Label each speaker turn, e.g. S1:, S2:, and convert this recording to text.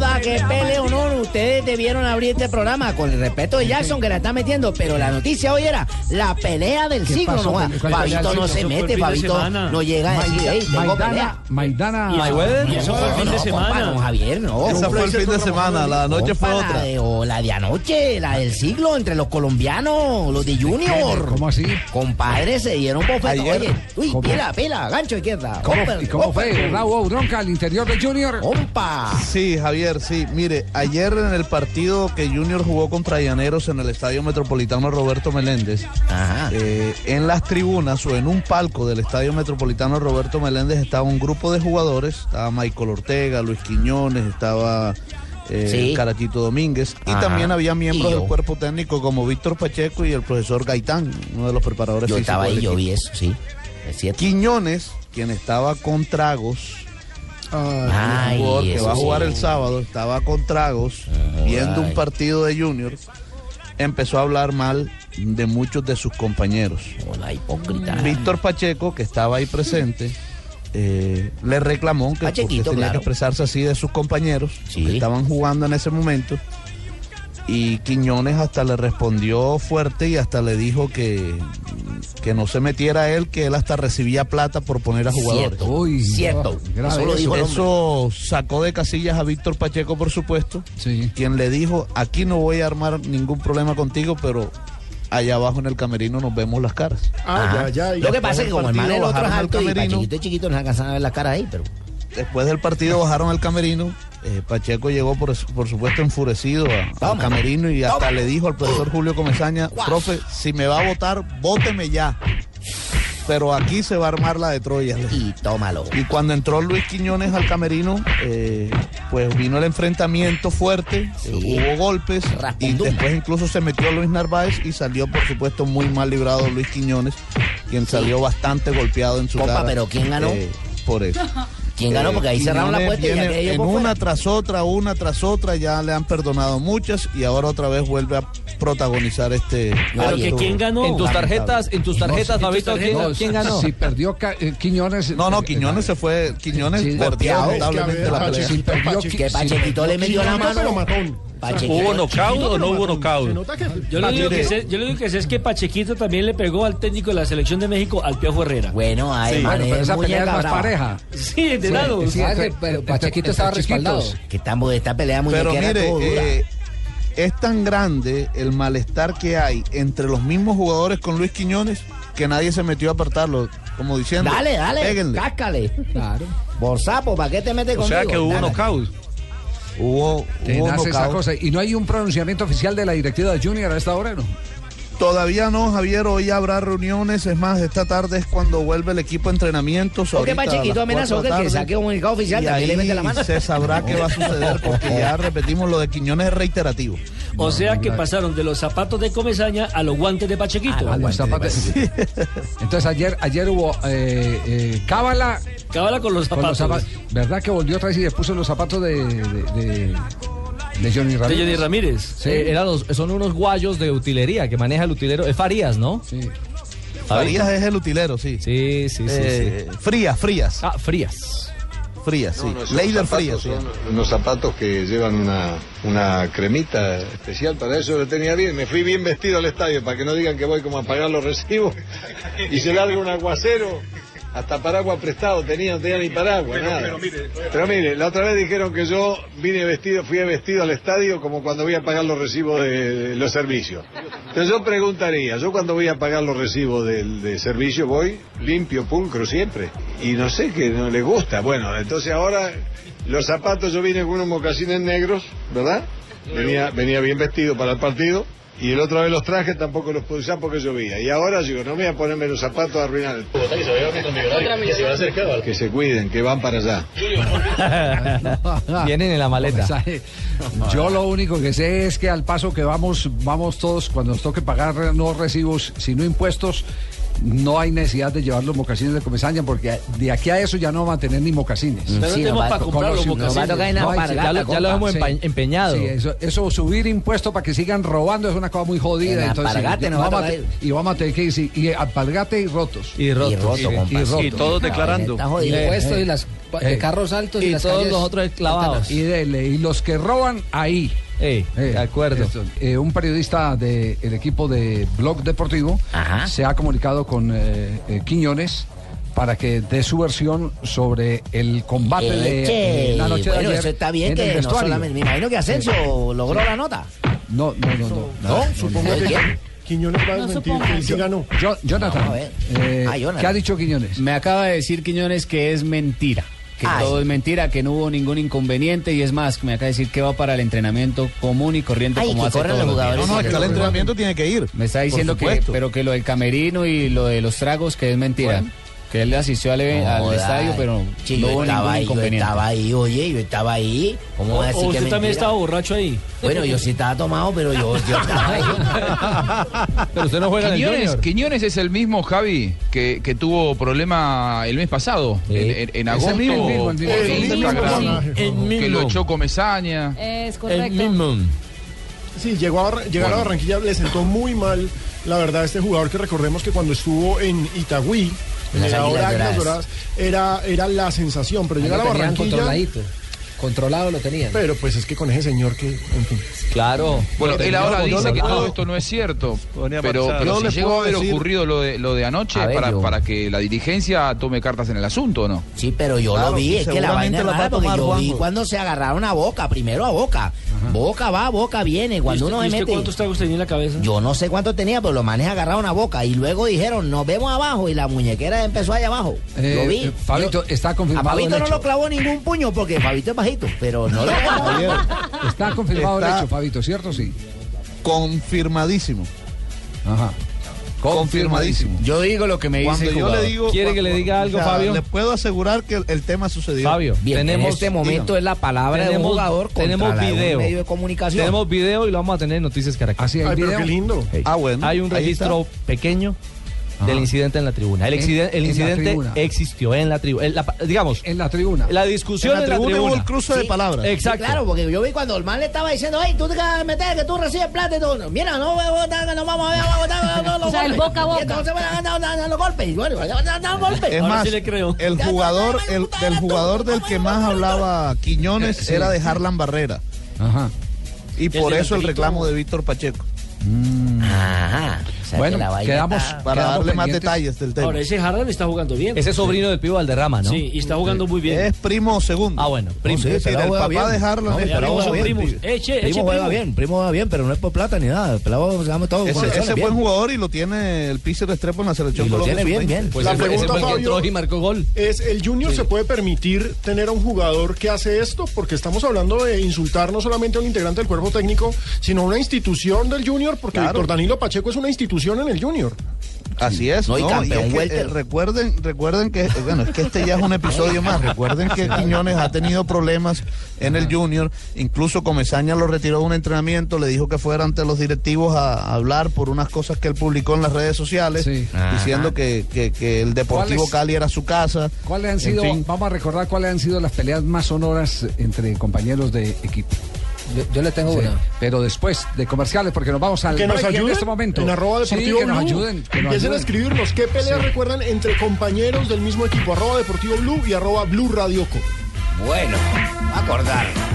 S1: Para que pele honor, ustedes debieron abrir este programa con el respeto de Jackson que la está metiendo, pero la noticia hoy era la pelea del siglo.
S2: pasó?
S1: no,
S2: ¿Cuál- cuál pelea
S1: Fabito
S2: del
S1: no
S2: siglo?
S1: se
S2: Eso fue el
S1: mete,
S2: fin de
S1: Fabito
S2: semana.
S1: no llega a decir, hey, tengo pelea.
S2: Maidana, Maidana.
S1: No,
S3: Eso fue el fin de
S1: no, compa,
S3: semana.
S1: no, Javier, no.
S4: Esa
S1: compa,
S4: fue el fin de semana, la noche fue
S1: compa, La
S4: otra.
S1: de, o la de anoche, la del siglo entre los colombianos, los de Junior.
S2: ¿Cómo así?
S1: Compadres se dieron bofetas.
S4: Ayer.
S1: Oye, uy,
S2: ¿Cómo?
S1: pila, pila, gancho izquierda.
S2: ¿Cómo,
S1: Compa,
S2: ¿Y cómo
S1: compa,
S2: fue? Raúl Bronca al interior de Junior.
S1: Compa.
S4: Sí, Javier, sí. Mire, ayer en el partido que Junior jugó contra Llaneros en el Estadio Metropolitano Roberto Meléndez,
S1: Ajá.
S4: eh, en las tribunas o en un palco del Estadio Metropolitano Roberto Meléndez estaba un grupo de jugadores, estaba Michael Ortega, Luis Quiñones, estaba eh,
S1: Sí.
S4: Carachito Domínguez y
S1: Ajá.
S4: también había miembros
S1: Y yo.
S4: del cuerpo técnico como Víctor Pacheco y el profesor Gaitán, uno de los preparadores
S1: Yo
S4: físicos
S1: estaba
S4: del
S1: ahí, yo
S4: equipo.
S1: vi eso, sí. Es cierto.
S4: Quiñones, quien estaba con tragos,
S1: Ay,
S4: un jugador que
S1: eso
S4: va a jugar
S1: sí.
S4: el sábado, estaba con tragos, viendo
S1: ay.
S4: un partido de Junior, empezó a hablar mal de muchos de sus compañeros.
S1: Como la hipócrita.
S4: Víctor Pacheco, que estaba ahí presente, eh, le reclamó que porque
S1: Pachequito,
S4: tenía
S1: claro.
S4: que expresarse así de sus compañeros
S1: Sí.
S4: que estaban jugando en ese momento. Y Quiñones hasta le respondió fuerte y hasta le dijo que, que no se metiera él, que él hasta recibía plata por poner a jugadores.
S1: Cierto,
S2: Uy,
S1: cierto.
S2: grave
S1: Eso lo dijo el hombre.
S4: Eso sacó de casillas a Víctor Pacheco, por supuesto,
S2: Sí.
S4: quien le dijo, aquí no voy a armar ningún problema contigo, pero allá abajo en el camerino nos vemos las caras.
S1: Ajá.
S5: Ah, ya, ya, ya.
S1: Lo que pasa es que como el man
S4: partido
S1: el otro es
S4: bajaron al
S1: alto y
S4: camerino.
S1: chiquito y chiquito no alcanzan a ver la cara ahí, pero...
S4: Después del partido bajaron al camerino, eh, Pacheco llegó por, por supuesto enfurecido a- al
S1: Toma.
S4: camerino y hasta
S1: Toma.
S4: le dijo al profesor Julio Comesaña,
S1: Guau.
S4: profe, si me va a votar, vóteme ya. Pero aquí se va a armar la de Troya. le
S1: Y tómalo.
S4: Y cuando entró Luis Quiñones al camerino, eh, pues vino el enfrentamiento fuerte,
S1: Sí.
S4: eh, hubo golpes y
S1: Raspundum.
S4: después incluso se metió Luis Narváez y salió por supuesto muy mal librado Luis Quiñones, quien salió bastante golpeado en su
S1: Compa,
S4: cara.
S1: pero ¿quién ganó?
S4: eh, por eso.
S1: ¿Quién ganó?
S4: Eh,
S1: Porque ahí cerraron la
S4: Quiñones
S1: puerta y ya
S4: viene
S1: quedé yo
S4: En
S1: por fuera.
S4: una tras otra, una tras otra, ya le han perdonado muchas y ahora otra vez vuelve a protagonizar este...
S1: No,
S3: Pero
S1: Oye,
S3: que
S1: tú-
S3: quién ganó.
S6: En tus
S4: lamentable.
S6: tarjetas, en tus tarjetas, Fabito, ¿quién,
S2: No,
S6: quién ganó?
S2: Si perdió Ca- eh, Quiñones.
S4: No, no,
S2: eh,
S4: Quiñones se fue, Quiñones
S2: Sí,
S4: perdió
S1: golpeado.
S4: lamentablemente la pelea.
S2: Sí, perdió
S5: Pacheco-
S2: Qui-
S1: Que Pachequito le metió la
S5: Quiñones, pero
S1: mano.
S5: matón.
S1: Pachequito.
S6: ¿Hubo nocaut o no hubo
S5: Se
S6: nocaut?
S5: nota que
S3: Yo lo,
S4: Ah,
S3: digo que
S4: mire.
S3: sé, yo lo único que sé es que Pachequito también le pegó al técnico de la selección de México, al Piojo Herrera.
S1: Bueno, ahí,
S2: Sí,
S1: man,
S2: bueno, pero
S1: es
S2: esa pelea es
S1: muñeca
S2: más
S1: brava.
S2: pareja.
S3: Sí, de lado.
S2: Sí,
S7: Ah,
S2: entre-
S7: que- pero
S2: entre-
S7: Pachequito estaba
S2: entre chiquitos.
S7: respaldado.
S1: Que estamos de esta pelea
S4: Pero
S1: muñequera
S4: mire,
S1: todo dura.
S4: eh, es tan grande el malestar que hay entre los mismos jugadores con Luis Quiñones que nadie se metió a apartarlo, como diciendo,
S1: Dale, dale,
S4: péguenle.
S1: cáscale.
S7: Claro.
S1: Borsapo, ¿para qué te metes
S6: O
S1: conmigo?
S6: sea que hubo
S1: Dale.
S6: nocaut.
S4: Hubo,
S2: Que
S4: hubo
S2: nace esa
S4: knockout.
S2: cosa. Y no hay un pronunciamiento oficial de la directiva de Junior a esta hora, ¿no?
S4: Todavía no, Javier, hoy habrá reuniones, es más, esta tarde es cuando vuelve el equipo de entrenamientos.
S1: Porque Pachequito amenazó que el que saque un comunicado oficial
S4: y
S1: también le
S4: ahí
S1: mete la mano.
S4: se sabrá qué va a suceder porque ya repetimos lo de Quiñones es reiterativo.
S3: O sea que pasaron de los zapatos de Comesaña a los guantes de
S1: A
S6: Ah,
S3: Pachequito.
S1: los-
S2: Algún zapate- Entonces ayer, ayer hubo eh, eh, Cábala
S3: Cábala con los
S2: con los
S3: zapatos.
S2: zapatos. ¿Verdad que volvió otra vez y le puso los zapatos de, de, de- de Johnny
S3: de
S2: Ramírez?
S3: Johnny Ramírez.
S2: Sí.
S6: Eh, eran los- son unos guayos de utilería que maneja el utilero. Es Farías, ¿no?
S2: Sí.
S4: Farías es el utilero, sí.
S6: Sí, sí, sí.
S4: Eh, Frías, frías,
S6: sí. Ah, Frías.
S4: frías, sí.
S8: No, no, esos
S4: Leider frías.
S8: zapatos
S4: sí.
S8: Son unos zapatos que llevan una, una cremita especial, para eso lo tenía bien. Me fui bien vestido al estadio, para que no digan que voy como a pagar los recibos. Y se larga un aguacero, hasta paraguas prestado tenía, no tenía ni paraguas, nada. Pero mire, la otra vez dijeron que yo vine vestido, fui vestido al estadio como cuando voy a pagar los recibos de, de los servicios. Entonces yo preguntaría, yo cuando voy a pagar los recibos del de servicio voy limpio, pulcro siempre. Y no sé que no le gusta. Bueno, entonces ahora los zapatos yo vine con unos mocasines negros, ¿verdad? Venía, venía bien vestido para el partido. Y el otro vez los traje, tampoco los pude usar porque llovía. Y ahora digo, no me voy a ponerme los zapatos a arruinar el... Que se cuiden, que van para allá.
S6: Vienen en la maleta.
S2: Mensaje. Yo lo único que sé es que al paso que vamos, vamos todos, cuando nos toque pagar no recibos, sino impuestos, no hay necesidad de llevar los mocasines de Comesaña porque de aquí a eso ya no van a tener ni mocasines.
S3: Pero no
S1: Sí,
S3: tenemos
S1: no va-
S3: para
S1: con-
S3: comprar
S2: con
S3: los
S2: los- no
S1: Nos va a
S3: mocasines.
S1: tocar en
S2: No,
S1: alpargata,
S6: ya lo- ya lo
S1: compa.
S6: hemos empa- empeñado.
S2: Sí, eso, eso, subir impuestos para que sigan robando es una cosa muy jodida.
S1: En
S2: entonces, sí,
S1: Alpargate
S2: ya-
S1: nos va a
S2: vamos a
S1: tocar
S2: te- y vamos a tener que decir, y apalgate y rotos.
S6: Y roto.
S1: Y roto,
S2: Y-
S1: compa.
S2: y roto.
S4: Y todos declarando.
S1: Está jodido.
S5: Impuestos y las
S2: eh.
S5: carros altos y,
S6: Y
S5: las
S6: todos
S5: calles-
S6: los otros clavados.
S2: Y, dele, y los que roban, ahí.
S6: Ey,
S2: Eh,
S6: de acuerdo.
S2: esto, eh, un periodista del equipo de Blog Deportivo
S1: Ajá.
S2: se ha comunicado con eh, eh, Quiñones para que dé su versión sobre el combate de,
S1: Eche.
S2: de la noche de
S1: Eh, Bueno,
S2: ayer
S1: eso está
S2: en
S1: bien
S2: el
S1: que no
S2: vestuario.
S1: solamente. Me imagino que Asensio logró la nota.
S2: No, no, no, no.
S1: ¿No?
S7: Supongo
S1: ¿De
S7: que
S1: quién?
S7: Quiñones va a desmentir que él sí ganó.
S2: Yo- Jonathan,
S1: No, a ver.
S2: eh,
S1: Ah, Jonathan.
S2: ¿qué ha dicho Quiñones?
S9: Me acaba de decir Quiñones que es mentira. Que
S1: Ay.
S9: todo es mentira, que no hubo ningún inconveniente y es más, me acaba de decir que va para el entrenamiento común y corriente
S1: Ay,
S9: como
S1: que
S9: hace
S1: corran
S9: todos
S1: los
S9: los días.
S1: jugadores.
S4: No, no, es que al entrenamiento tiene que ir.
S9: Me está
S4: por
S9: diciendo que,
S4: supuesto.
S9: pero que lo del camerino y lo de los tragos, que es mentira. Que él asistió al, even- al
S1: Joda,
S9: estadio, pero
S1: sí,
S9: no
S1: yo
S9: hubo
S1: estaba
S9: ningún
S1: ahí, yo
S9: inconveniente.
S1: estaba ahí, oye, yo estaba ahí. ¿Cómo
S3: O,
S1: va a decir
S3: o
S1: que
S3: usted también
S1: mentira?
S3: estaba borracho ahí.
S1: Bueno, yo sí estaba tomado, pero yo, yo estaba ahí.
S6: Pero usted no juega en el
S10: Quiñones,
S6: Junior.
S10: Quiñones es el mismo Javi que, que tuvo problema el mes pasado,
S6: Sí.
S10: en, en- en
S2: Es
S10: agosto,
S2: el mismo, el mismo, el mismo.
S10: por
S2: El
S7: mismo
S10: Instagram,
S7: personaje.
S10: que lo echó Comesaña.
S11: Es
S6: El
S11: correcto.
S6: mismo.
S7: Sí, llegó a Barra- llegar a Barranquilla le sentó muy mal, la verdad, este jugador que recordemos que cuando estuvo en Itagüí,
S1: Las
S7: en la hora
S1: Águilas
S7: de
S1: Doradas.
S7: las Doradas, era, era la sensación, pero
S5: Ahí
S7: llegar
S5: lo
S7: a
S5: tenían
S7: Barranquilla...
S5: controladito. Controlado lo tenían.
S7: Pero pues es que con ese señor que, en fin.
S6: Claro.
S10: Bueno, él ahora
S6: Yo
S10: dice
S6: le-
S10: que
S6: yo
S10: todo
S6: le-
S10: esto no es cierto,
S4: Ponía
S10: pero,
S4: marchado.
S10: pero
S4: Yo
S10: si
S4: le
S10: llegó a
S4: puedo
S10: haber
S4: decir-
S10: ocurrido lo de, lo de anoche
S1: A ver,
S10: para,
S1: yo-
S10: para que la dirigencia tome cartas en el asunto, ¿no?
S1: Sí, pero yo
S4: Claro,
S1: lo vi,
S4: y
S1: es que la vaina
S4: seguramente
S1: es
S4: la va
S1: rara
S4: a
S1: porque
S4: tomar
S1: yo vi
S4: Juanjo.
S1: cuando se agarraron a boca, primero a boca. Boca va, boca viene. Cuando
S3: ¿Y usted-
S1: uno
S3: y
S1: se
S3: usted
S1: mete.
S3: ¿Cuántos tragos tenía en la cabeza?
S1: Yo no sé cuánto tenía, pero los manes agarraron a boca y luego dijeron, nos vemos abajo y la muñequera empezó allá abajo.
S2: Eh,
S1: lo vi.
S2: eh, Fabito,
S1: Yo-
S2: está
S1: a
S2: confirmado
S1: Fabito
S2: el
S1: no
S2: hecho.
S1: lo clavó ningún puño porque Fabito es bajito, pero no lo
S2: Está confirmado el
S4: Está-
S2: hecho, Fabito, ¿cierto? Sí.
S4: Confirmadísimo.
S2: Ajá.
S4: Confirmadísimo.
S9: Yo digo lo que me dice
S4: Cuando
S9: el
S4: yo
S9: jugador.
S4: le digo.
S6: ¿Quiere que le diga algo, Fabio?
S4: Le puedo asegurar que el, el tema sucedió.
S6: Fabio,
S1: Bien,
S6: tenemos
S1: en este momento es la palabra de
S6: tenemos-
S1: un jugador contra
S6: tenemos
S1: la de un
S6: video.
S1: medio de comunicación.
S6: tenemos video y lo vamos a tener en Noticias Caracas.
S2: Así hay
S7: Ay, pero
S2: video.
S7: qué lindo.
S4: Ah, bueno.
S6: Hay un
S4: ahí
S6: registro pequeño del incidente en la tribuna. El,
S2: En-
S6: exiden-
S2: en
S6: el
S2: la
S6: incidente
S2: tribuna.
S6: existió en la tribuna. El- la pa- Digamos,
S2: En la tribuna.
S6: la
S4: está.
S6: discusión
S4: En la tribuna hubo el cruce de
S1: Sí.
S4: palabras.
S1: Sí,
S6: Exacto.
S1: claro, porque yo vi cuando el man le estaba diciendo, ay, tú te acabas de meter, que tú recibes plata y todo. No, Mira, no, huevo, no, no vamos a ver, vamos a ver,
S11: O sea, el boca a boca.
S1: Y entonces van a dar- dar dar los golpes. Y bueno, van a dar- dar los golpes.
S4: Es
S3: Ahora
S4: más,
S3: sí le creo.
S4: el
S1: Ya,
S4: jugador,
S1: ya, ya,
S4: el,
S1: puta,
S4: del
S1: era tú,
S4: jugador
S1: puta,
S4: del
S1: ya,
S4: que
S1: ya,
S4: más
S1: ya, ya.
S4: hablaba Quiñones
S2: Eh, sí.
S4: era de Harlan Barrera.
S2: Ajá.
S4: Y por
S3: del
S4: eso el
S3: grito.
S4: reclamo de Víctor Pacheco.
S1: Ajá. o sea,
S2: Bueno,
S1: que la vaina
S2: quedamos
S1: está-
S4: Para
S2: quedamos
S4: darle más
S2: pendientes.
S4: detalles del tema.
S3: Ahora, ese Harlan está jugando bien.
S6: Ese sobrino del pibe Valderrama, ¿no?
S3: Sí, y está jugando muy bien.
S4: Es primo o segundo.
S6: Ah, bueno, primo.
S4: Es decir, el papá de Harlan eh, es
S3: Ya
S4: primo
S3: primos
S4: o
S3: son
S4: segundo.
S3: primos. Eche, eche, primo.
S1: primo juega bien, pero no es por plata ni nada. El pelado se llama todo.
S4: Ese,
S1: condiciones,
S4: ese
S1: bien.
S4: buen jugador y lo tiene el Pícer Estrepo en la selección.
S1: Y lo
S4: Colombia
S1: tiene bien,
S4: sub-veinte.
S1: bien.
S6: Pues
S7: La
S6: ese, fue- ese
S7: pregunta,
S6: fue el que
S7: Fabio-
S6: entró y marcó gol.
S7: Es, ¿El Junior se puede permitir tener a un jugador que hace esto? Porque estamos hablando de insultar no solamente a un integrante del cuerpo técnico, sino a una institución del Junior, porque
S4: Claro.
S7: Víctor Danilo Pacheco es una institución en el Junior.
S4: Así es.
S1: No,
S4: No,
S1: y campeón
S4: Y es que,
S1: welter.
S4: eh, recuerden, recuerden que, bueno, es que este ya es un episodio más. Recuerden que Quiñones ha tenido problemas en el Junior. Incluso Comesaña lo retiró de un entrenamiento, le dijo que fuera ante los directivos a, a hablar por unas cosas que él publicó en las redes sociales,
S2: Sí.
S4: diciendo que, que- que el Deportivo
S2: ¿Cuáles?
S4: Cali era su casa.
S2: ¿Cuáles han sido,
S4: En fin.
S2: vamos a recordar cuáles han sido las peleas más sonoras entre compañeros de equipo?
S5: Yo, yo le tengo
S2: Sí,
S5: una.
S2: Pero después de comerciales, porque nos vamos al
S7: Que nos
S2: break
S7: ayuden
S2: en este momento.
S7: en arroba
S2: Sí,
S7: deportivo
S2: que nos
S7: blue.
S2: ayuden. que nos
S7: Empiecen a
S2: ayuden.
S7: escribirnos qué peleas recuerdan entre compañeros del mismo equipo, arroba deportivo blue y arroba blue radioco.
S1: Bueno, a acordar.